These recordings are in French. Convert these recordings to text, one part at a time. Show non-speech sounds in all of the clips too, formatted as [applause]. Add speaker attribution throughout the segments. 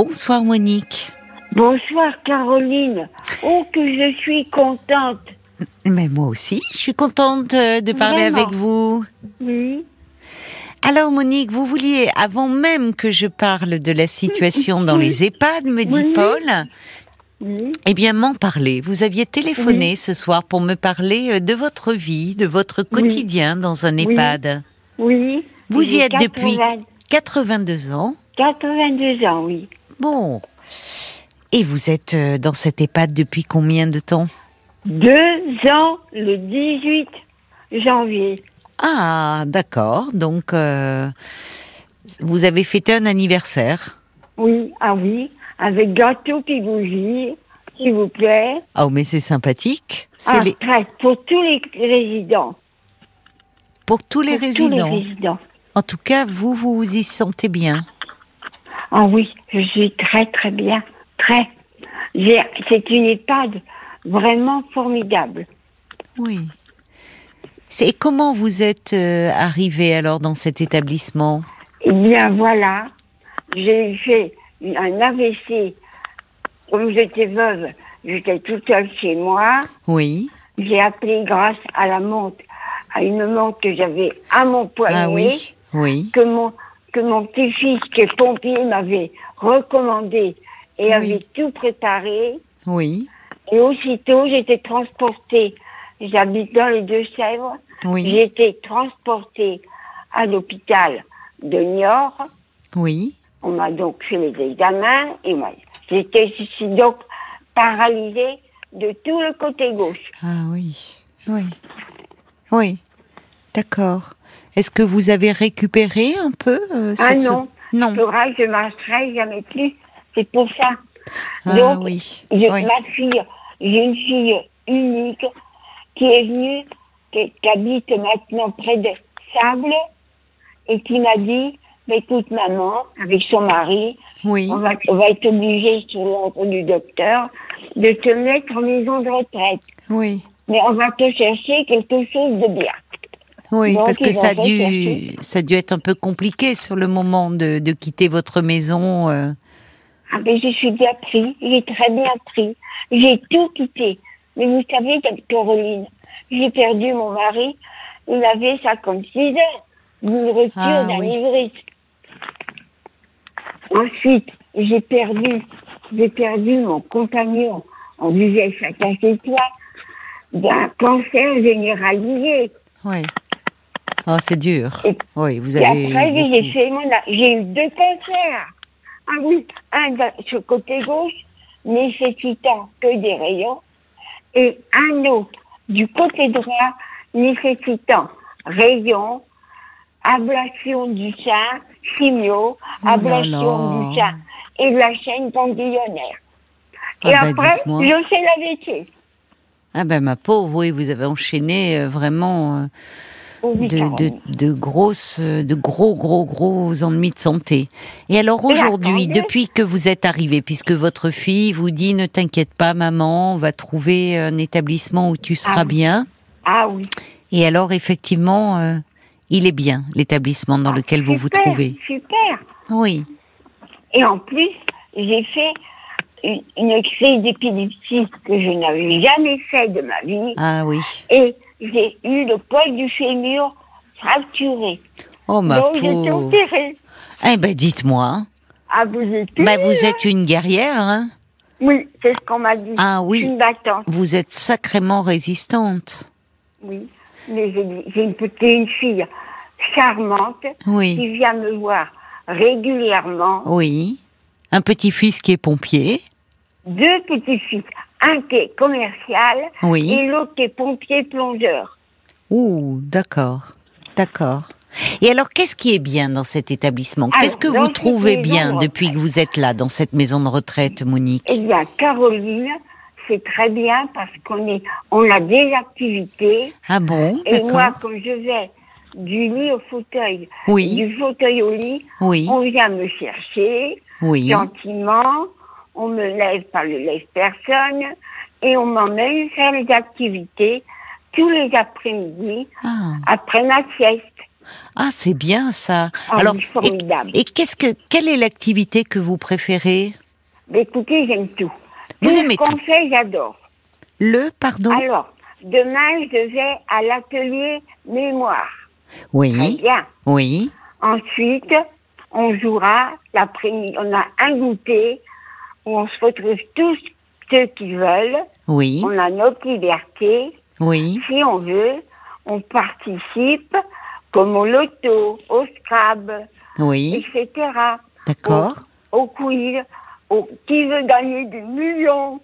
Speaker 1: Bonsoir Monique.
Speaker 2: Bonsoir Caroline. Oh que je suis contente.
Speaker 1: Mais moi aussi, je suis contente euh, de parler
Speaker 2: Vraiment.
Speaker 1: avec vous.
Speaker 2: Oui.
Speaker 1: Alors Monique, vous vouliez, avant même que je parle de la situation dans
Speaker 2: Oui.
Speaker 1: les EHPAD, me dit
Speaker 2: Oui.
Speaker 1: Paul,
Speaker 2: Oui.
Speaker 1: eh bien m'en parler. Vous aviez téléphoné ce soir pour me parler euh, de votre vie, de votre quotidien dans un EHPAD.
Speaker 2: Oui.
Speaker 1: Vous
Speaker 2: J'ai
Speaker 1: y êtes depuis
Speaker 2: 80
Speaker 1: 82 ans.
Speaker 2: 82 ans, oui.
Speaker 1: Bon. Et vous êtes euh, dans cet EHPAD depuis combien de temps
Speaker 2: Deux ans le 18 janvier.
Speaker 1: Ah, d'accord. Donc, euh, vous avez fêté un anniversaire.
Speaker 2: Oui, ah oui. Avec gâteau puis bougie, s'il vous plaît.
Speaker 1: Oh, mais c'est sympathique. C'est
Speaker 2: Ah,
Speaker 1: les-
Speaker 2: très, pour tous les résidents.
Speaker 1: pour tous les
Speaker 2: Pour
Speaker 1: résidents.
Speaker 2: Tous les résidents.
Speaker 1: En tout cas, vous, vous vous y sentez bien.
Speaker 2: Ah oui, je suis très très bien. Très. J'ai- C'est une EHPAD vraiment formidable.
Speaker 1: Oui. C'est et comment vous êtes euh, arrivé alors dans cet établissement
Speaker 2: Eh bien voilà, j'ai fait un AVC. Comme j'étais veuve, j'étais toute seule chez moi.
Speaker 1: Oui.
Speaker 2: J'ai appelé grâce à la montre, à une montre que j'avais à mon poignet,
Speaker 1: Ah oui. Oui.
Speaker 2: que mon, que mon petit-fils qui est pompier m'avait recommandé et avait tout préparé.
Speaker 1: Oui.
Speaker 2: Et aussitôt, j'étais transportée. J'habite dans les Deux-Sèvres.
Speaker 1: Oui.
Speaker 2: J'ai été transportée à l'hôpital de Niort.
Speaker 1: Oui.
Speaker 2: On m'a donc fait les examens et moi, j'étais je suis donc paralysée de tout le côté gauche.
Speaker 1: Ah oui. Oui. Oui. D'accord. Est-ce que vous avez récupéré un peu euh,
Speaker 2: Ah
Speaker 1: sur ce-
Speaker 2: non,
Speaker 1: Non.
Speaker 2: Faudra que je marcherai jamais plus. C'est pour ça.
Speaker 1: Ah
Speaker 2: Donc,
Speaker 1: oui.
Speaker 2: Je-
Speaker 1: oui.
Speaker 2: Ma fille, j'ai une fille unique qui est venue, qui, qui habite maintenant près de Sable et qui m'a dit, Mais écoute maman, avec son mari,
Speaker 1: Oui.
Speaker 2: on va, on va être obligé, sur l'ordre du docteur, de te mettre en maison de retraite.
Speaker 1: Oui.
Speaker 2: mais on va te chercher quelque chose de bien.
Speaker 1: Oui,
Speaker 2: Donc,
Speaker 1: parce que
Speaker 2: ils ont
Speaker 1: ça a, dû,
Speaker 2: recherché.
Speaker 1: ça a dû être un peu compliqué sur le moment de, de quitter votre maison. euh.
Speaker 2: Ah ben, je suis bien pris, j'ai très bien pris. J'ai tout quitté. Mais vous savez, Caroline, j'ai perdu mon mari. Il avait 56 ans. Une rupture
Speaker 1: Ah,
Speaker 2: d'un
Speaker 1: oui.
Speaker 2: ivriste. Ensuite, j'ai perdu, j'ai perdu mon compagnon. On disait chacun chez toi. D'un cancer généralisé.
Speaker 1: Oui. Ah, c'est dur.
Speaker 2: Et-
Speaker 1: Oui, vous
Speaker 2: Et
Speaker 1: avez.
Speaker 2: après,
Speaker 1: beaucoup-
Speaker 2: j'ai fait mon a- j'ai eu deux cancers. Ah oui, un de- sur le côté gauche, nécessitant que des rayons, et un autre du côté droit, nécessitant rayons, ablation du sein,
Speaker 1: Oh
Speaker 2: chimio,
Speaker 1: là
Speaker 2: ablation
Speaker 1: là.
Speaker 2: du sein, et de la chaîne ganglionnaire.
Speaker 1: Ah
Speaker 2: et
Speaker 1: bah,
Speaker 2: après,
Speaker 1: dites-moi.
Speaker 2: je fais la vétée.
Speaker 1: Ah ben ma pauvre, oui, vous avez enchaîné euh, vraiment
Speaker 2: au
Speaker 1: euh, de, de,
Speaker 2: Vicarion.
Speaker 1: de grosses, euh, de gros, gros, gros ennuis de santé. Et alors
Speaker 2: Et
Speaker 1: aujourd'hui,
Speaker 2: attendez.
Speaker 1: depuis que vous êtes arrivée, puisque votre fille vous dit ne t'inquiète pas, maman, on va trouver un établissement où tu seras
Speaker 2: oui.
Speaker 1: bien.
Speaker 2: Ah oui.
Speaker 1: Et alors, effectivement, euh, il est bien, l'établissement dans lequel vous vous
Speaker 2: Ah, Super,
Speaker 1: trouvez.
Speaker 2: Super.
Speaker 1: Oui.
Speaker 2: Et en plus, j'ai fait une, une crise d'épilepsie que je n'avais jamais fait de ma vie.
Speaker 1: Ah oui.
Speaker 2: Et j'ai eu le col du fémur fracturé.
Speaker 1: Oh ma
Speaker 2: Donc, j'ai été
Speaker 1: pauvre.
Speaker 2: opérée.
Speaker 1: Eh ben, dites-moi.
Speaker 2: Ah, vous êtes
Speaker 1: Bah, vous êtes une guerrière, hein
Speaker 2: Oui, c'est ce qu'on m'a dit.
Speaker 1: Ah oui.
Speaker 2: Une battante,
Speaker 1: Vous êtes sacrément résistante.
Speaker 2: oui. Mais j'ai j'ai une petite fille charmante
Speaker 1: Oui.
Speaker 2: qui vient me voir régulièrement.
Speaker 1: Oui. Un petit-fils qui est pompier.
Speaker 2: Deux petits-fils. Un qui est commercial
Speaker 1: Oui.
Speaker 2: et l'autre qui est pompier plongeur.
Speaker 1: Ouh, d'accord. D'accord. Et alors, qu'est-ce qui est bien dans cet établissement
Speaker 2: Alors,
Speaker 1: Qu'est-ce que
Speaker 2: dans
Speaker 1: vous
Speaker 2: cette
Speaker 1: trouvez
Speaker 2: maison
Speaker 1: bien
Speaker 2: de
Speaker 1: depuis que vous êtes là, dans cette maison de retraite, Monique
Speaker 2: Eh bien, Caroline, c'est très bien parce qu'on est, on a des activités.
Speaker 1: Ah bon
Speaker 2: Et moi,
Speaker 1: D'accord.
Speaker 2: quand je vais du lit au fauteuil,
Speaker 1: Oui,
Speaker 2: du fauteuil au lit,
Speaker 1: oui,
Speaker 2: on vient me chercher
Speaker 1: oui.
Speaker 2: gentiment. On me lève par le lève personne et on m'emmène faire les activités tous les après-midi
Speaker 1: Ah.
Speaker 2: après ma sieste.
Speaker 1: Ah, c'est bien ça.
Speaker 2: Ah,
Speaker 1: Alors,
Speaker 2: oui,
Speaker 1: et,
Speaker 2: formidable.
Speaker 1: et qu'est-ce que, quelle est l'activité que vous préférez
Speaker 2: Mais écoutez, j'aime tout.
Speaker 1: Vous
Speaker 2: tout
Speaker 1: aimez
Speaker 2: ce qu'on fait, j'adore.
Speaker 1: Le, pardon
Speaker 2: Alors, demain, je vais à l'atelier mémoire. Très
Speaker 1: Oui,
Speaker 2: bien.
Speaker 1: oui.
Speaker 2: Ensuite, on jouera l'après-midi. On a un goûter où on se retrouve tous ceux qui veulent.
Speaker 1: Oui,
Speaker 2: On a notre liberté.
Speaker 1: oui,
Speaker 2: Si on veut, on participe comme au loto, au scrabble,
Speaker 1: oui,
Speaker 2: etc.
Speaker 1: d'accord.
Speaker 2: Au quiz, au qui veut gagner des millions.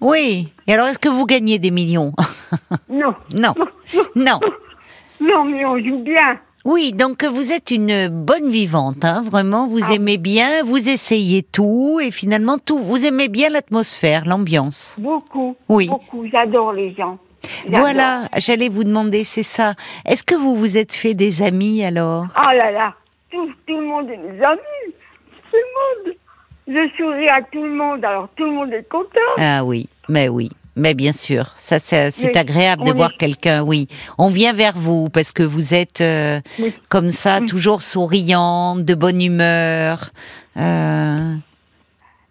Speaker 1: Oui. Et alors, est-ce que vous gagnez des millions [laughs]
Speaker 2: Non,
Speaker 1: Non, non.
Speaker 2: non, mais on joue bien.
Speaker 1: Oui, donc euh, vous êtes une bonne vivante, hein, vraiment. Vous
Speaker 2: Ah.
Speaker 1: aimez bien, vous essayez tout, et finalement tout. Vous aimez bien l'atmosphère, l'ambiance.
Speaker 2: Beaucoup.
Speaker 1: Oui.
Speaker 2: Beaucoup. J'adore les gens. J'adore.
Speaker 1: Voilà, j'allais vous demander, c'est ça. Est-ce que vous vous êtes fait des amis alors
Speaker 2: Oh là là, tout, tout le monde est mes amis. Tout le monde. Je souris à tout le monde, alors tout le monde est content.
Speaker 1: Ah oui, mais oui. Mais bien sûr, ça c'est c'est
Speaker 2: Oui,
Speaker 1: agréable de
Speaker 2: on
Speaker 1: voir
Speaker 2: est-
Speaker 1: quelqu'un, oui. On vient vers vous parce que vous êtes euh,
Speaker 2: Oui. Mm.
Speaker 1: comme ça, toujours souriante, de bonne humeur. Euh,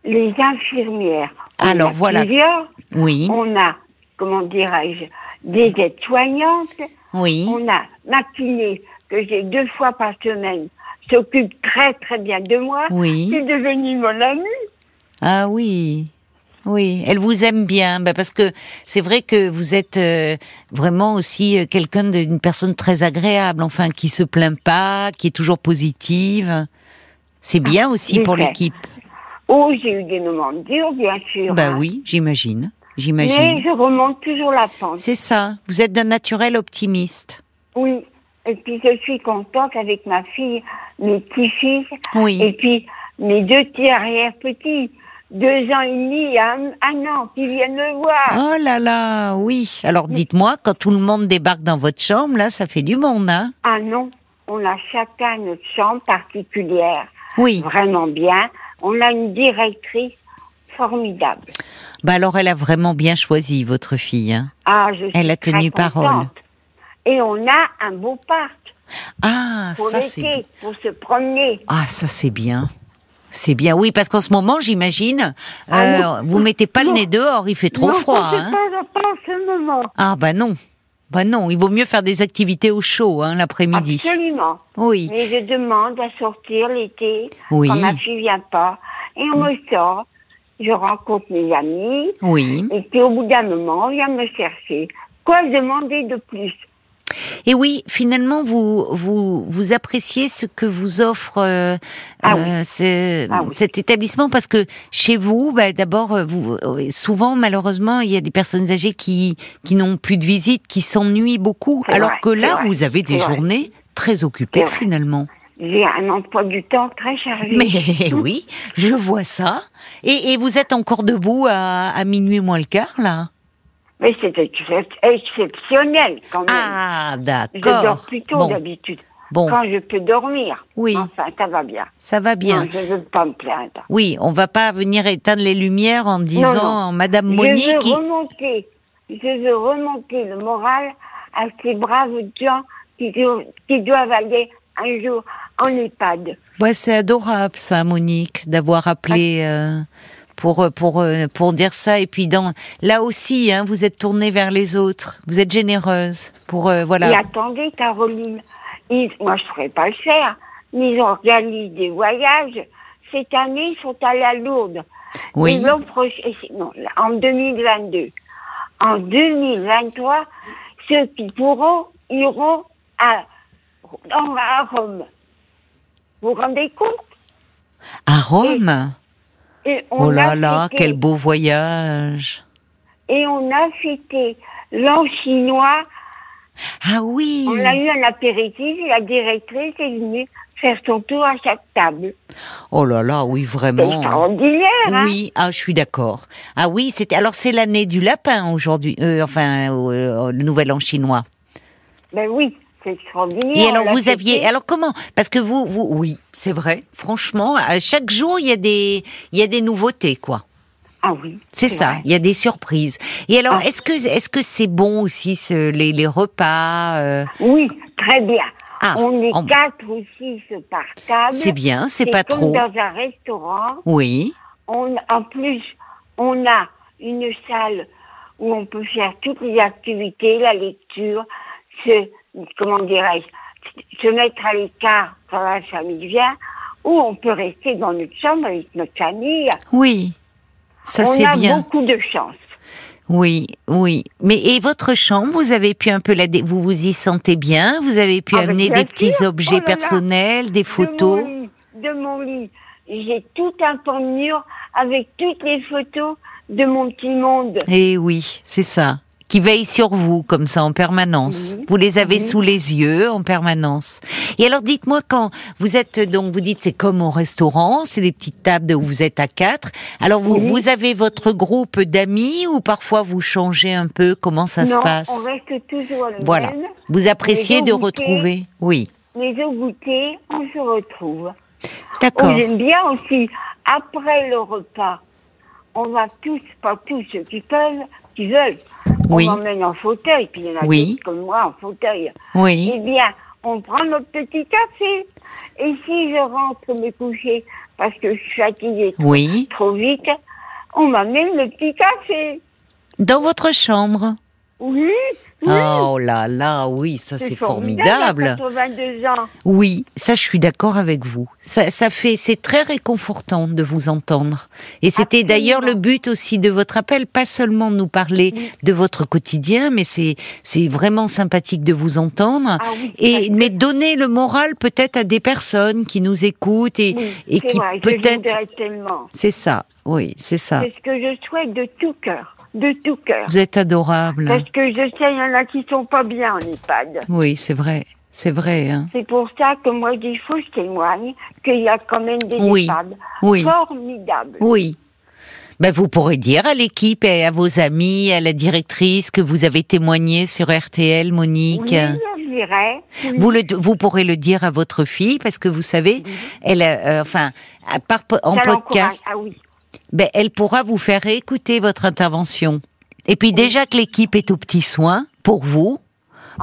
Speaker 2: Les infirmières. On
Speaker 1: Alors,
Speaker 2: a
Speaker 1: voilà.
Speaker 2: plusieurs.
Speaker 1: oui,
Speaker 2: On a, comment dirais-je, des aides-soignantes.
Speaker 1: oui,
Speaker 2: On a matinée, que j'ai deux fois par semaine, s'occupe très très bien de moi.
Speaker 1: oui.
Speaker 2: C'est devenu mon amie.
Speaker 1: Ah oui. Oui, elle vous aime bien, bah parce que c'est vrai que vous êtes euh, vraiment aussi euh, quelqu'un d'une personne très agréable, enfin qui se plaint pas, qui est toujours positive. C'est bien aussi
Speaker 2: oui,
Speaker 1: pour
Speaker 2: c'est-
Speaker 1: l'équipe.
Speaker 2: Oh, j'ai eu des moments durs, bien sûr.
Speaker 1: Bah
Speaker 2: hein.
Speaker 1: oui, j'imagine,
Speaker 2: Mais
Speaker 1: j'imagine.
Speaker 2: je remonte toujours la pente.
Speaker 1: C'est ça. Vous êtes d'un naturel optimiste.
Speaker 2: Oui, et puis je suis contente avec ma fille, mes petits-fils, et
Speaker 1: Oui,
Speaker 2: puis mes deux petits arrière-petits, deux ans et demi, et un, un an, qui viennent me voir.
Speaker 1: Oh là là, oui. Alors dites-moi, quand tout le monde débarque dans votre chambre, là, ça fait du monde, hein
Speaker 2: Ah non, on a chacun notre chambre particulière,
Speaker 1: Oui.
Speaker 2: vraiment bien. On a une directrice formidable.
Speaker 1: Bah alors, elle a vraiment bien choisi votre fille. hein.
Speaker 2: Ah, je suis
Speaker 1: Elle a
Speaker 2: très
Speaker 1: tenu
Speaker 2: contente.
Speaker 1: parole.
Speaker 2: Et on a un beau parc
Speaker 1: Ah,
Speaker 2: pour
Speaker 1: ça c'est
Speaker 2: l'été, pour se promener.
Speaker 1: ah ça c'est bien. C'est bien, oui, parce qu'en ce moment, j'imagine,
Speaker 2: Ah
Speaker 1: euh,
Speaker 2: non.
Speaker 1: vous mettez pas
Speaker 2: Non.
Speaker 1: le nez dehors, il fait trop
Speaker 2: Non,
Speaker 1: froid.
Speaker 2: c'est
Speaker 1: hein.
Speaker 2: pas, pas en ce moment.
Speaker 1: Ah bah non, bah non, il vaut mieux faire des activités au chaud hein, l'après-midi.
Speaker 2: Absolument.
Speaker 1: Oui,
Speaker 2: Mais je demande à sortir l'été
Speaker 1: Oui.
Speaker 2: quand ma fille vient pas. Et on me sort, je rencontre mes amis,
Speaker 1: oui.
Speaker 2: et puis au bout d'un moment, on vient me chercher. Quoi demander de plus
Speaker 1: Et oui, finalement, vous vous vous appréciez ce que vous offre euh,
Speaker 2: Ah
Speaker 1: euh, ce-
Speaker 2: Ah oui.
Speaker 1: cet établissement parce que chez vous, bah, d'abord, euh, vous euh, souvent malheureusement, il y a des personnes âgées qui qui n'ont plus de visite, qui s'ennuient beaucoup,
Speaker 2: C'est
Speaker 1: alors
Speaker 2: vrai,
Speaker 1: que là,
Speaker 2: c'est vrai,
Speaker 1: vous avez des
Speaker 2: c'est vrai.
Speaker 1: journées très occupées
Speaker 2: C'est vrai.
Speaker 1: finalement.
Speaker 2: J'ai un emploi du temps très chargé.
Speaker 1: Mais [laughs] oui, je vois ça. Et, et vous êtes encore debout à, à minuit moins le quart là.
Speaker 2: Mais c'est ex- exceptionnel quand même.
Speaker 1: Ah
Speaker 2: je
Speaker 1: d'accord.
Speaker 2: dors plus tôt
Speaker 1: bon,
Speaker 2: d'habitude,
Speaker 1: bon,
Speaker 2: quand je peux dormir.
Speaker 1: Oui.
Speaker 2: Enfin, ça va bien.
Speaker 1: ça va bien.
Speaker 2: Non, je veux pas me plaindre.
Speaker 1: Oui, on va pas venir éteindre les lumières en disant Madame
Speaker 2: je veux
Speaker 1: Monique. qui-
Speaker 2: remonter, je veux remonter le moral à ces braves gens qui, do- qui doivent aller un jour en EHPAD.
Speaker 1: Ouais, c'est adorable ça, Monique, d'avoir appelé
Speaker 2: Ah.
Speaker 1: euh, pour euh, pour euh, pour dire ça. Et puis dans là aussi, hein, vous êtes tournée vers les autres. Vous êtes généreuse pour euh,
Speaker 2: Et
Speaker 1: voilà.
Speaker 2: attendez, Caroline, ils, moi je ne saurais pas le faire, mais ils organisent des voyages. Cette année, ils sont allés à Lourdes.
Speaker 1: Oui,
Speaker 2: Ils l'ont proche- et c'est- non, en 2022. En 2023, ceux qui pourront iront à, on va à Rome. Vous vous rendez compte
Speaker 1: à Rome.
Speaker 2: Et on
Speaker 1: Oh là
Speaker 2: a
Speaker 1: là,
Speaker 2: fêté-
Speaker 1: quel beau voyage.
Speaker 2: Et on a fêté l'an chinois.
Speaker 1: Ah oui.
Speaker 2: On a eu un apéritif et la directrice est venue faire son tour à chaque table.
Speaker 1: Oh là là, oui
Speaker 2: C'est
Speaker 1: vraiment.
Speaker 2: extraordinaire, hein
Speaker 1: Oui, ah, je suis d'accord. Ah oui, c'était alors c'est l'année du lapin aujourd'hui, euh, enfin euh, le nouvel an chinois.
Speaker 2: Ben oui, c'est extraordinaire.
Speaker 1: Et
Speaker 2: on
Speaker 1: alors
Speaker 2: l'a
Speaker 1: vous
Speaker 2: fêté.
Speaker 1: aviez alors comment Parce que vous vous oui, c'est vrai. Franchement, à chaque jour il y a des il y a des nouveautés quoi.
Speaker 2: Ah oui.
Speaker 1: C'est ça,
Speaker 2: vrai.
Speaker 1: il y a des surprises. Et alors
Speaker 2: Ah.
Speaker 1: est-ce que est-ce que c'est bon aussi ce, les les repas euh,
Speaker 2: Oui, très bien.
Speaker 1: Ah,
Speaker 2: On est
Speaker 1: en-
Speaker 2: quatre ou six par table.
Speaker 1: c'est bien, c'est pas
Speaker 2: comme
Speaker 1: trop.
Speaker 2: dans un restaurant.
Speaker 1: Oui,
Speaker 2: On, en plus, on a une salle où on peut faire toutes les activités, la lecture, se, comment dirais-je, se mettre à l'écart quand la famille vient, ou on peut rester dans notre chambre avec notre famille.
Speaker 1: oui. Ça
Speaker 2: on
Speaker 1: c'est
Speaker 2: a
Speaker 1: bien.
Speaker 2: beaucoup de chance.
Speaker 1: Oui, oui. Mais et votre chambre, vous avez pu un peu la dé- vous vous y sentez bien, vous avez pu
Speaker 2: Ah, ben,
Speaker 1: amener
Speaker 2: bien
Speaker 1: des petits
Speaker 2: sûr.
Speaker 1: objets
Speaker 2: Oh là là.
Speaker 1: personnels, des photos.
Speaker 2: De mon lit, de mon lit. j'ai tout un pan mur avec toutes les photos de mon petit monde.
Speaker 1: Eh oui, c'est ça. Qui veille sur vous comme ça en permanence.
Speaker 2: Oui.
Speaker 1: Vous les avez
Speaker 2: Oui.
Speaker 1: sous les yeux en permanence. Et alors dites-moi quand vous êtes donc vous dites c'est comme au restaurant, c'est des petites tables de- où vous êtes à quatre. Alors vous
Speaker 2: Oui.
Speaker 1: vous avez votre groupe d'amis ou parfois vous changez un peu comment ça se
Speaker 2: non,
Speaker 1: passe
Speaker 2: on reste toujours le
Speaker 1: Voilà.
Speaker 2: même.
Speaker 1: Vous appréciez
Speaker 2: gens
Speaker 1: de
Speaker 2: goûter.
Speaker 1: retrouver Oui.
Speaker 2: Mais au goûter, on se retrouve. Oh,
Speaker 1: D'accord.
Speaker 2: j'aime bien aussi, après le repas, on va tous, pas tous ceux qui peuvent, qui veulent,
Speaker 1: Oui.
Speaker 2: on m'emmène en fauteuil, puis il y en a
Speaker 1: Oui.
Speaker 2: d'autres comme moi en fauteuil.
Speaker 1: Oui.
Speaker 2: Eh bien, on prend notre petit café. Et si je rentre me coucher parce que je suis fatiguée
Speaker 1: Oui.
Speaker 2: trop vite, on m'amène le petit café.
Speaker 1: Dans votre chambre.
Speaker 2: Oui, oui.
Speaker 1: Oh là là, oui, ça c'est
Speaker 2: à
Speaker 1: formidable.
Speaker 2: 82 ans.
Speaker 1: Oui, ça je suis d'accord avec vous. Ça, ça fait, c'est très réconfortant de vous entendre. Et c'était
Speaker 2: Absolument.
Speaker 1: d'ailleurs le but aussi de votre appel, pas seulement nous parler
Speaker 2: Oui.
Speaker 1: de votre quotidien, mais c'est c'est vraiment sympathique de vous entendre.
Speaker 2: Ah oui. parce
Speaker 1: Et
Speaker 2: que-
Speaker 1: mais donner le moral peut-être à des personnes qui nous écoutent et
Speaker 2: oui,
Speaker 1: et
Speaker 2: c'est
Speaker 1: qui
Speaker 2: vrai, je
Speaker 1: peut-être-
Speaker 2: voudrais tellement.
Speaker 1: c'est ça. Oui, c'est ça.
Speaker 2: C'est ce que je souhaite de tout cœur, de tout cœur.
Speaker 1: Vous êtes adorable.
Speaker 2: Parce que je sais, il y en a qui sont pas bien en EHPAD.
Speaker 1: Oui, c'est vrai, c'est vrai. Hein.
Speaker 2: C'est pour ça que moi, je dis, faut que je témoigne qu'il y a quand même des
Speaker 1: Oui,
Speaker 2: EHPAD
Speaker 1: Oui.
Speaker 2: formidables.
Speaker 1: Oui. Ben, vous pourrez dire à l'équipe et à vos amis, à la directrice que vous avez témoigné sur RTL, Monique.
Speaker 2: Oui, je dirais. Oui.
Speaker 1: Vous, le, vous pourrez le dire à votre fille parce que vous savez, elle, a, euh, enfin, à part po- en
Speaker 2: Ça l'encourage.
Speaker 1: podcast,
Speaker 2: Ah oui.
Speaker 1: ben, elle pourra vous faire écouter votre intervention. Et puis déjà que l'équipe est aux petits soins pour vous,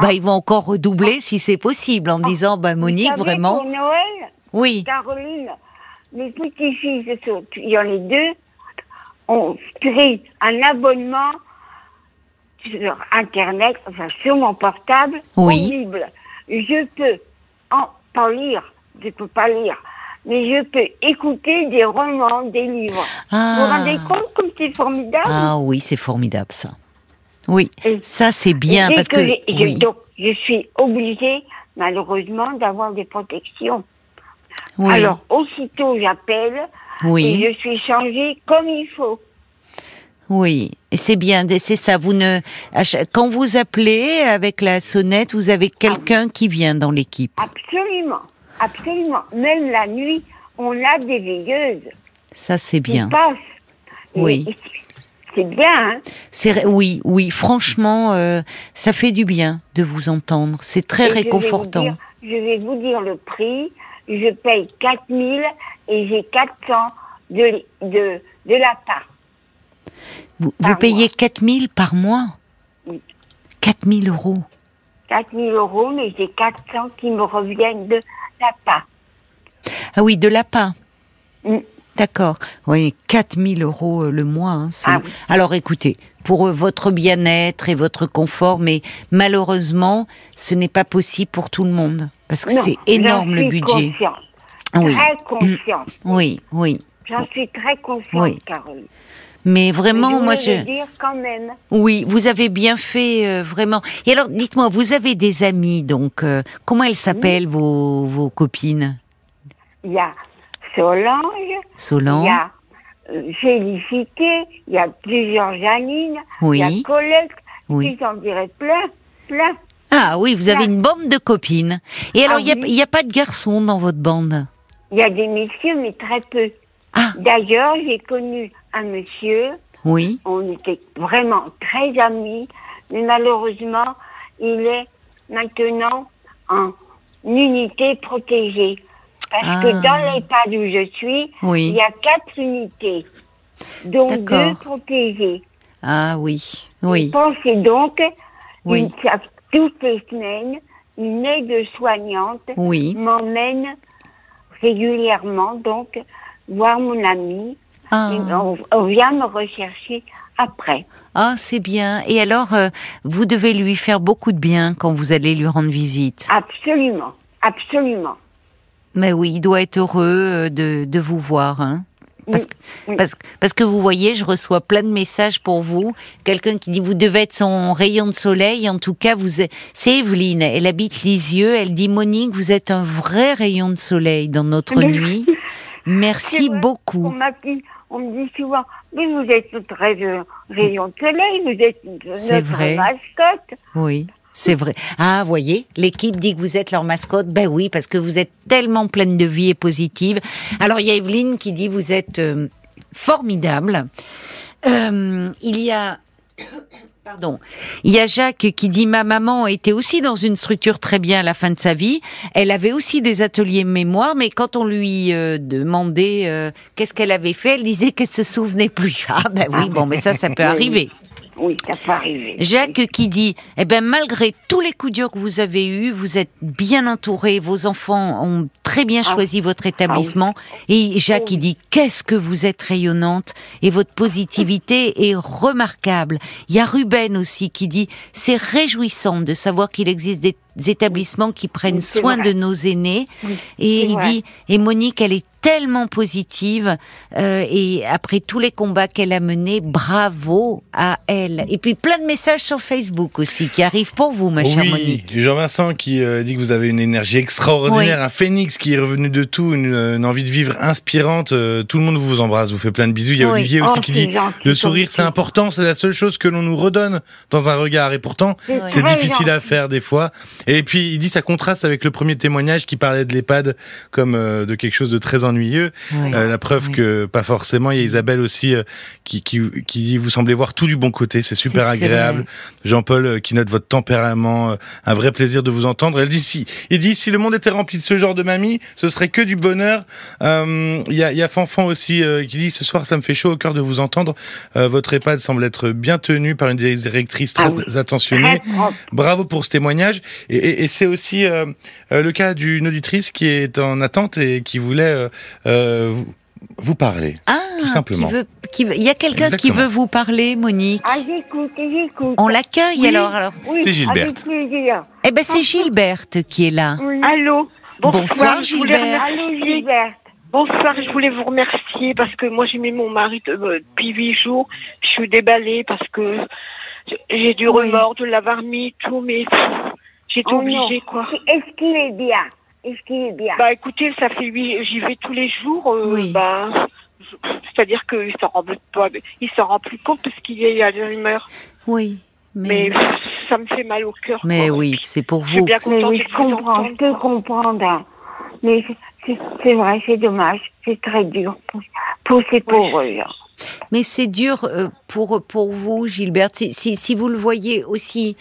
Speaker 1: ben, ils vont encore redoubler si c'est possible en disant, ben,
Speaker 2: Ah. Vous
Speaker 1: Monique,
Speaker 2: savez,
Speaker 1: vraiment,
Speaker 2: Pour Noël,
Speaker 1: oui,
Speaker 2: Caroline, mes petits-fils, ils sont- il y en a deux, ont pris un abonnement sur Internet, enfin sur mon portable,
Speaker 1: Oui.
Speaker 2: aux Bibles. Je peux en, pas lire, je peux pas lire, mais je peux écouter des romans, des livres. Vous vous
Speaker 1: ah,
Speaker 2: rendez compte comme c'est formidable
Speaker 1: ah oui, c'est formidable ça. Oui,
Speaker 2: Et-
Speaker 1: ça c'est bien
Speaker 2: Dès
Speaker 1: parce que,
Speaker 2: j'ai- je,
Speaker 1: oui.
Speaker 2: donc, je suis obligée, malheureusement, d'avoir des protections.
Speaker 1: Oui,
Speaker 2: Alors, aussitôt, j'appelle
Speaker 1: oui,
Speaker 2: et je suis changée comme il faut.
Speaker 1: oui. Et c'est bien, c'est ça. Vous ne, à chaque- quand vous appelez avec la sonnette, vous avez quelqu'un qui vient dans l'équipe.
Speaker 2: Absolument. Absolument. Même la nuit, on a des veilleuses
Speaker 1: Ça c'est
Speaker 2: qui
Speaker 1: bien.
Speaker 2: passent. Et-
Speaker 1: Oui.
Speaker 2: et C'est bien, hein
Speaker 1: C'est ré- oui, oui. Franchement, euh, ça fait du bien de vous entendre. C'est très
Speaker 2: Et je vais vous
Speaker 1: réconfortant.
Speaker 2: dire- Je vais, vous dire le prix. Je paye 4000 et j'ai 400 de, de, de la part.
Speaker 1: Vous,
Speaker 2: par
Speaker 1: vous payez
Speaker 2: mois.
Speaker 1: 4000 par mois.
Speaker 2: Oui.
Speaker 1: 4000 euros.
Speaker 2: 4000 euros, mais j'ai 400 qui me reviennent de la part.
Speaker 1: Ah oui, de lapin.
Speaker 2: Mm.
Speaker 1: D'accord. Oui, 4000 euros euh, le mois. hein, c'est-
Speaker 2: Ah oui.
Speaker 1: Alors écoutez, pour euh, votre bien-être et votre confort, mais malheureusement, ce n'est pas possible pour tout le monde. Parce que
Speaker 2: Non,
Speaker 1: c'est énorme
Speaker 2: j'en
Speaker 1: le
Speaker 2: suis
Speaker 1: budget.
Speaker 2: Consciente,
Speaker 1: Ah Oui,
Speaker 2: Très consciente.
Speaker 1: oui, oui.
Speaker 2: J'en suis très consciente,
Speaker 1: Oui.
Speaker 2: Caroline.
Speaker 1: Mais
Speaker 2: Mais
Speaker 1: vraiment, moi
Speaker 2: voulais le
Speaker 1: je...
Speaker 2: dire quand même.
Speaker 1: Oui, vous avez bien fait, euh, vraiment. Et alors, dites-moi, vous avez des amis, donc, euh, comment elles s'appellent, vos, vos copines
Speaker 2: Il y a Solange, il y
Speaker 1: Solange
Speaker 2: a euh, Félicité, il y a plusieurs Janine,
Speaker 1: Oui.
Speaker 2: il y a Colette,
Speaker 1: Oui.
Speaker 2: puis j'en dirais plein, plein.
Speaker 1: Ah oui, vous avez
Speaker 2: Là.
Speaker 1: une bande de copines. Et alors,
Speaker 2: Ah
Speaker 1: il y a-
Speaker 2: oui.
Speaker 1: il n'y a, pas de garçons dans votre bande
Speaker 2: Il y a des messieurs, mais très peu.
Speaker 1: Ah.
Speaker 2: D'ailleurs, j'ai connu un monsieur,
Speaker 1: Oui.
Speaker 2: on était vraiment très amis, mais malheureusement, il est maintenant en unité protégée. Parce que
Speaker 1: Ah.
Speaker 2: dans l'EHPAD où je suis,
Speaker 1: Oui.
Speaker 2: il y a quatre unités, dont
Speaker 1: D'accord.
Speaker 2: deux protégées.
Speaker 1: Ah oui. Oui.
Speaker 2: Pensez donc,
Speaker 1: Oui.
Speaker 2: une- ça- toutes les semaines, une aide soignante
Speaker 1: Oui.
Speaker 2: m'emmène régulièrement, donc, voir mon ami. Et
Speaker 1: Ah,
Speaker 2: on, on vient me rechercher après.
Speaker 1: ah c'est bien. Et alors, euh, vous devez lui faire beaucoup de bien quand vous allez lui rendre visite.
Speaker 2: Absolument. Absolument.
Speaker 1: Mais oui, il doit être heureux euh, de, de vous voir. Hein. Parce,
Speaker 2: Oui,
Speaker 1: que-
Speaker 2: oui.
Speaker 1: parce, que- parce que vous voyez, je reçois plein de messages pour vous. Quelqu'un qui dit vous devez être son rayon de soleil. En tout cas, vous êtes- c'est Evelyne. Elle habite Lisieux. Elle dit Monique, vous êtes un vrai rayon de soleil dans notre
Speaker 2: Mais-
Speaker 1: nuit. Merci
Speaker 2: C'est vrai. On,
Speaker 1: beaucoup.
Speaker 2: m'appelle- on me dit souvent, mais vous êtes notre rayon rayon de soleil, vous êtes
Speaker 1: C'est
Speaker 2: notre
Speaker 1: vrai.
Speaker 2: mascotte.
Speaker 1: Oui. C'est vrai. Ah, voyez, l'équipe dit que vous êtes leur mascotte. Ben oui, parce que vous êtes tellement pleine de vie et positive. Alors, il y a Evelyne qui dit vous êtes euh, formidable. Euh, il y a [coughs] Pardon. Il y a Jacques qui dit ma maman était aussi dans une structure très bien à la fin de sa vie. Elle avait aussi des ateliers mémoire, mais quand on lui euh, demandait euh, qu'est-ce qu'elle avait fait, elle disait qu'elle se souvenait plus. Ah ben oui, bon, mais ça, ça peut
Speaker 2: Oui.
Speaker 1: arriver.
Speaker 2: Oui, ça peut arriver.
Speaker 1: Jacques qui dit eh ben malgré tous les coups durs que vous avez eus, vous êtes bien entouré, vos enfants ont très bien
Speaker 2: Ah.
Speaker 1: choisi votre établissement et Jacques qui dit qu'est-ce que vous êtes rayonnante et votre
Speaker 2: [laughs]
Speaker 1: positivité est remarquable. Il y a Ruben aussi qui dit c'est réjouissant de savoir qu'il existe des établissements qui prennent
Speaker 2: Oui, c'est
Speaker 1: soin
Speaker 2: vrai.
Speaker 1: de nos aînés
Speaker 2: Oui,
Speaker 1: et
Speaker 2: c'est
Speaker 1: il
Speaker 2: vrai.
Speaker 1: dit et Monique elle est tellement positive euh, et après tous les combats qu'elle a menés bravo à elle et puis plein de messages sur Facebook aussi qui arrivent pour vous ma chère
Speaker 3: oui,
Speaker 1: Monique
Speaker 3: Jean-Vincent qui euh, dit que vous avez une énergie extraordinaire, un phénix qui est revenu de tout, une, euh, une envie de vivre inspirante. euh, tout le monde vous embrasse, vous fait plein de bisous. Il y a
Speaker 1: Oui.
Speaker 3: Olivier aussi
Speaker 2: Oh,
Speaker 3: qui
Speaker 2: c'est
Speaker 3: dit
Speaker 2: gentil,
Speaker 3: le sourire c'est
Speaker 2: gentil.
Speaker 3: important, c'est la seule chose que l'on nous redonne dans un regard. Et pourtant, c'est
Speaker 2: très
Speaker 3: difficile à
Speaker 2: gentil.
Speaker 3: faire des fois. Et puis il dit ça contraste avec le premier témoignage qui parlait de l'EHPAD comme euh, de quelque chose de très ennuyeux.
Speaker 1: Ouais.
Speaker 3: Euh, la preuve
Speaker 1: Ouais.
Speaker 3: que pas forcément. Il y a Isabelle aussi euh, qui, qui, qui dit vous semblez voir tout du bon côté. C'est super
Speaker 1: C'est- c'est
Speaker 3: agréable.
Speaker 1: vrai.
Speaker 3: Jean-Paul euh, qui note votre tempérament. euh, un vrai plaisir de vous entendre. Elle dit si, il dit si le monde était rempli de ce genre de mamie, ce serait que du bonheur. Euh, Il y, a, il y a Fanfan aussi euh, qui dit ce soir ça me fait chaud au cœur de vous entendre. Euh, votre EHPAD semble être bien tenu par une directrice très
Speaker 2: Ah oui.
Speaker 3: attentionnée.
Speaker 2: Très propre.
Speaker 3: Bravo pour ce témoignage. Et, et- et c'est aussi euh, euh, le cas d'une auditrice qui est en attente et qui voulait euh, euh, vous- vous parler.
Speaker 1: ah
Speaker 3: tout simplement.
Speaker 1: qui veut- qui veut- il y a quelqu'un qui
Speaker 3: Exactement.
Speaker 1: veut vous parler Monique
Speaker 2: Ah, j'écoute, j'écoute.
Speaker 1: on l'accueille
Speaker 2: Oui,
Speaker 1: alors alors
Speaker 2: oui,
Speaker 3: C'est Gilberte.
Speaker 2: Avec plaisir.
Speaker 1: eh ben c'est Gilberte qui est là
Speaker 4: Allô.
Speaker 1: Bonsoir,
Speaker 4: je voulais
Speaker 1: Gilbert.
Speaker 2: Allô,
Speaker 4: remercier-
Speaker 2: Gilberte.
Speaker 4: Bonsoir, je voulais vous remercier parce que moi j'ai mis mon mari de- euh, depuis huit jours. Je suis déballée parce que j'ai du
Speaker 1: Oui.
Speaker 4: remords de l'avoir mis tout, mais j'étais
Speaker 2: Oh non.
Speaker 4: obligée quoi.
Speaker 2: Est-ce qu'il est bien Est-ce qu'il est bien
Speaker 4: Bah écoutez, ça fait huit, j'y vais tous les jours. euh,
Speaker 1: Oui.
Speaker 4: Bah, je- c'est-à-dire qu'il s'en rend plus- pas, il s'en rend plus compte parce qu'il y a Alzheimer.
Speaker 1: oui
Speaker 4: Mais
Speaker 1: mais
Speaker 4: pff, ça me fait mal au cœur.
Speaker 1: mais
Speaker 4: quoi.
Speaker 1: oui c'est pour
Speaker 4: Je suis
Speaker 1: vous
Speaker 4: bien
Speaker 2: Mais
Speaker 4: contente
Speaker 2: oui,
Speaker 4: de
Speaker 2: je
Speaker 4: vous
Speaker 2: comprends,
Speaker 4: entendre.
Speaker 2: je peux comprendre. hein. Mais c'est- c'est c'est vrai, c'est dommage, c'est très dur pour, pour ces pauvres gens.
Speaker 1: Mais c'est dur euh, pour pour vous, Gilbert. Si, si, si vous le voyez aussi,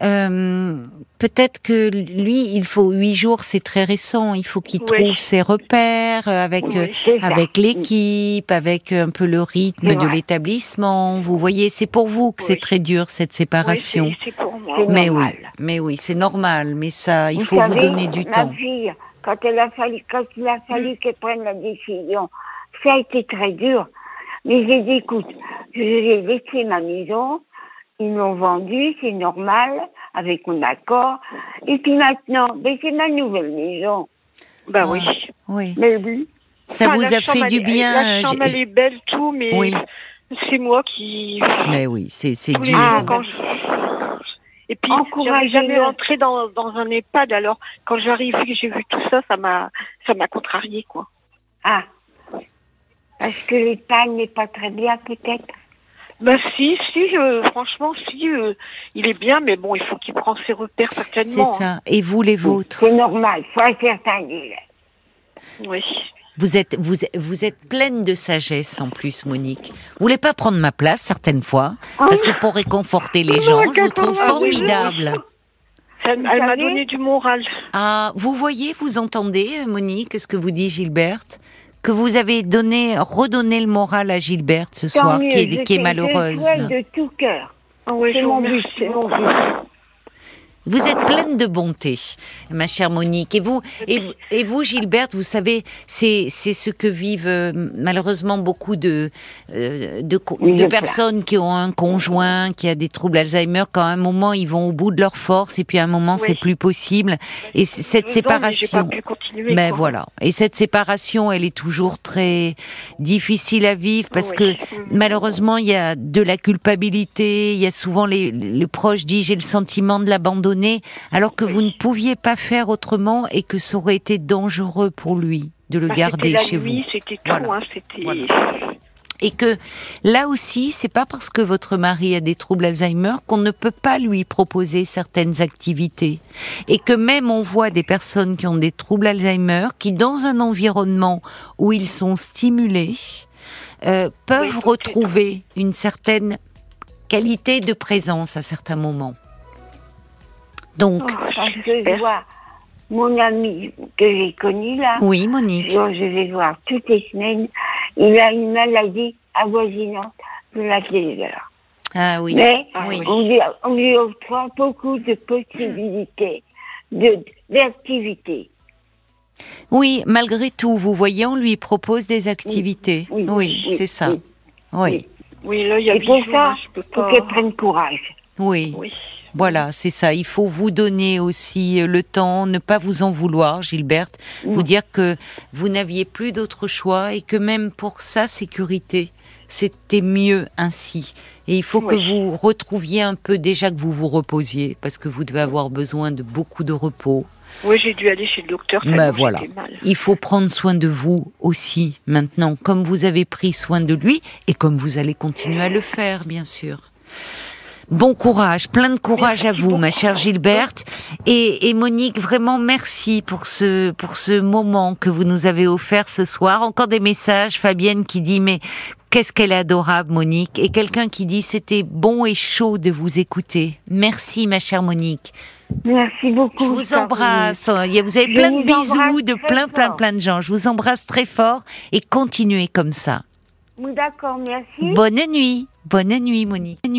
Speaker 1: euh, peut-être que lui, il faut huit jours, c'est très récent. Il faut qu'il
Speaker 4: Oui.
Speaker 1: trouve ses repères euh, avec euh,
Speaker 4: Oui.
Speaker 2: C'est ça.
Speaker 1: avec l'équipe, avec euh, un peu le rythme
Speaker 2: C'est
Speaker 1: de
Speaker 2: vrai.
Speaker 1: l'établissement. Vous voyez, c'est pour vous que c'est
Speaker 4: Oui.
Speaker 1: très dur cette
Speaker 4: Oui,
Speaker 1: séparation.
Speaker 4: c'est- c'est pour moi.
Speaker 2: C'est
Speaker 1: mais
Speaker 2: normal.
Speaker 1: oui, mais oui, c'est normal. Mais ça, il faut
Speaker 2: savez,
Speaker 1: vous donner du
Speaker 2: ma
Speaker 1: temps. Mm.
Speaker 2: fille, quand, elle a fallu, quand il a fallu qu'elle prenne la décision, ça a été très dur. Mais j'ai dit, écoute, je vais laisser ma maison. Ils m'ont vendu, c'est normal, avec mon accord. Et puis maintenant, ben, c'est ma nouvelle maison.
Speaker 4: Bah oui.
Speaker 1: Oui,
Speaker 2: Mais oui.
Speaker 1: Ah. ça
Speaker 4: Enfin,
Speaker 1: vous
Speaker 4: la
Speaker 1: a
Speaker 4: chambre,
Speaker 1: fait du
Speaker 4: elle est-
Speaker 1: bien.
Speaker 4: La chambre,
Speaker 1: euh,
Speaker 4: elle est belle, tout, mais
Speaker 1: Oui.
Speaker 4: c'est moi qui.
Speaker 1: Mais oui, c'est c'est
Speaker 4: Tous les
Speaker 1: dur.
Speaker 4: jours, Ah quand je- Et puis, j'avais
Speaker 2: Encouragez-le.
Speaker 4: jamais rentré dans, dans un EHPAD, alors quand j'arrive et que j'ai vu tout ça, ça m'a ça m'a contrarié, quoi.
Speaker 2: Ah. Parce que l'Espagne n'est pas très bien, peut-être.
Speaker 4: Bah si, si, euh, franchement, si, euh, il est bien, mais bon, il faut qu'il prenne ses repères,
Speaker 1: C'est
Speaker 4: certainement.
Speaker 1: ça. Et vous, les vôtres
Speaker 2: C'est normal, faut être certain d'y aller.
Speaker 4: hein. Oui.
Speaker 1: Vous êtes, vous, êtes- vous êtes pleine de sagesse en plus, Monique. Vous voulez pas prendre ma place certaines fois parce que pour réconforter
Speaker 2: Oh,
Speaker 1: les gens, je vous trouve formidable.
Speaker 4: Ça- elle m'a
Speaker 2: savez-
Speaker 4: donné du moral.
Speaker 1: Ah, vous voyez, vous entendez, euh, Monique, ce que vous dit Gilberte, que vous avez donné, redonné le moral à Gilberte ce
Speaker 2: Tant
Speaker 1: soir,
Speaker 2: mieux,
Speaker 1: qui
Speaker 2: je
Speaker 1: est, qui est
Speaker 2: sais,
Speaker 1: malheureuse.
Speaker 2: Je souhaite
Speaker 1: là.
Speaker 2: de tout cœur.
Speaker 4: Ah ouais,
Speaker 2: C'est
Speaker 4: je vous
Speaker 2: mon but,
Speaker 4: remercie
Speaker 2: c'est mon
Speaker 4: beaucoup.
Speaker 2: but.
Speaker 1: Vous êtes pleine de bonté, ma chère Monique. Et vous, et, vous- et vous, Gilberte, vous savez, c'est c'est ce que vivent euh, malheureusement beaucoup de euh, de, co-
Speaker 2: Oui, je
Speaker 1: de
Speaker 2: sais.
Speaker 1: personnes qui ont un conjoint qui a des troubles Alzheimer. Quand à un moment ils vont au bout de leurs forces et puis à un moment
Speaker 4: Oui.
Speaker 1: c'est plus possible. Et c- cette
Speaker 4: Deux ans, mais J'ai pas
Speaker 1: séparation.
Speaker 4: pu
Speaker 1: Ben
Speaker 4: continuer. quoi. Bah,
Speaker 1: voilà. Et cette séparation, elle est toujours très difficile à vivre parce
Speaker 4: Oui.
Speaker 1: que
Speaker 4: Mm.
Speaker 1: Malheureusement, il y a de la culpabilité, il y a souvent les, les proches disent j'ai le sentiment de l'abandonner, alors que vous ne pouviez pas faire autrement et que ça aurait été dangereux pour lui de le
Speaker 4: Bah,
Speaker 1: garder
Speaker 4: c'était la
Speaker 1: chez vous.
Speaker 4: nuit, C'était tout,
Speaker 1: Voilà.
Speaker 4: hein, c'était.
Speaker 1: Voilà. Et que là aussi, c'est pas parce que votre mari a des troubles Alzheimer qu'on ne peut pas lui proposer certaines activités. Et que même on voit des personnes qui ont des troubles Alzheimer qui, dans un environnement où ils sont stimulés, euh,
Speaker 4: Oui,
Speaker 1: peuvent
Speaker 4: tout de suite.
Speaker 1: retrouver une certaine qualité de présence à certains moments. Donc,
Speaker 4: Oh,
Speaker 2: Quand je vois mon ami que j'ai connu là,
Speaker 1: oui, Monique.
Speaker 2: dont je vais voir toutes les semaines, il a une maladie avoisinante de la fièvre.
Speaker 1: Ah oui.
Speaker 2: Mais
Speaker 1: Oui.
Speaker 2: on, lui, on lui offre beaucoup de possibilités de- d'activités.
Speaker 1: Oui, malgré tout, vous voyez, on lui propose des activités.
Speaker 2: Oui,
Speaker 1: Oui,
Speaker 2: oui,
Speaker 1: c'est ça.
Speaker 2: oui,
Speaker 1: Oui,
Speaker 4: Oui, là, il y a
Speaker 2: Et
Speaker 4: huit
Speaker 2: pour
Speaker 4: jours,
Speaker 2: ça,
Speaker 4: hein, je peux
Speaker 2: Faut
Speaker 1: Oh.
Speaker 4: pas.
Speaker 2: qu'elle prenne courage.
Speaker 1: oui.
Speaker 4: Oui.
Speaker 1: Voilà, c'est ça. Il faut vous donner aussi euh, le temps, ne pas vous en vouloir, Gilberte, vous
Speaker 2: Non.
Speaker 1: dire que vous n'aviez plus d'autre choix et que même pour sa sécurité, c'était mieux ainsi. Et il faut
Speaker 4: Oui.
Speaker 1: que vous retrouviez un peu déjà que vous vous reposiez, parce que vous devez avoir besoin de beaucoup de repos.
Speaker 4: Oui, j'ai dû aller chez le docteur.
Speaker 1: Bah,
Speaker 4: tellement
Speaker 1: voilà.
Speaker 4: j'étais mal.
Speaker 1: Il faut prendre soin de vous aussi maintenant, comme vous avez pris soin de lui et comme vous allez continuer à le faire, bien sûr. Bon courage, plein de courage à
Speaker 4: Merci
Speaker 1: vous, ma
Speaker 4: beaucoup.
Speaker 1: chère Gilberte. Et, et Monique, vraiment merci pour ce, pour ce moment que vous nous avez offert ce soir. Encore des messages, Fabienne qui dit, mais qu'est-ce qu'elle est adorable, Monique. Et quelqu'un qui dit, c'était bon et chaud de vous écouter. Merci, ma chère Monique.
Speaker 2: Merci beaucoup.
Speaker 1: Je vous
Speaker 2: Caroline.
Speaker 1: embrasse. Il y a- Vous avez
Speaker 2: Oh, Je
Speaker 1: plein de
Speaker 2: vous embrasse
Speaker 1: bisous de
Speaker 2: très
Speaker 1: plein, plein,
Speaker 2: fort.
Speaker 1: plein de gens. Je vous embrasse très fort et continuez comme ça.
Speaker 2: Oui, D'accord, merci. Mmh.
Speaker 1: Bonne nuit. Bonne nuit, Monique. Bonne nuit.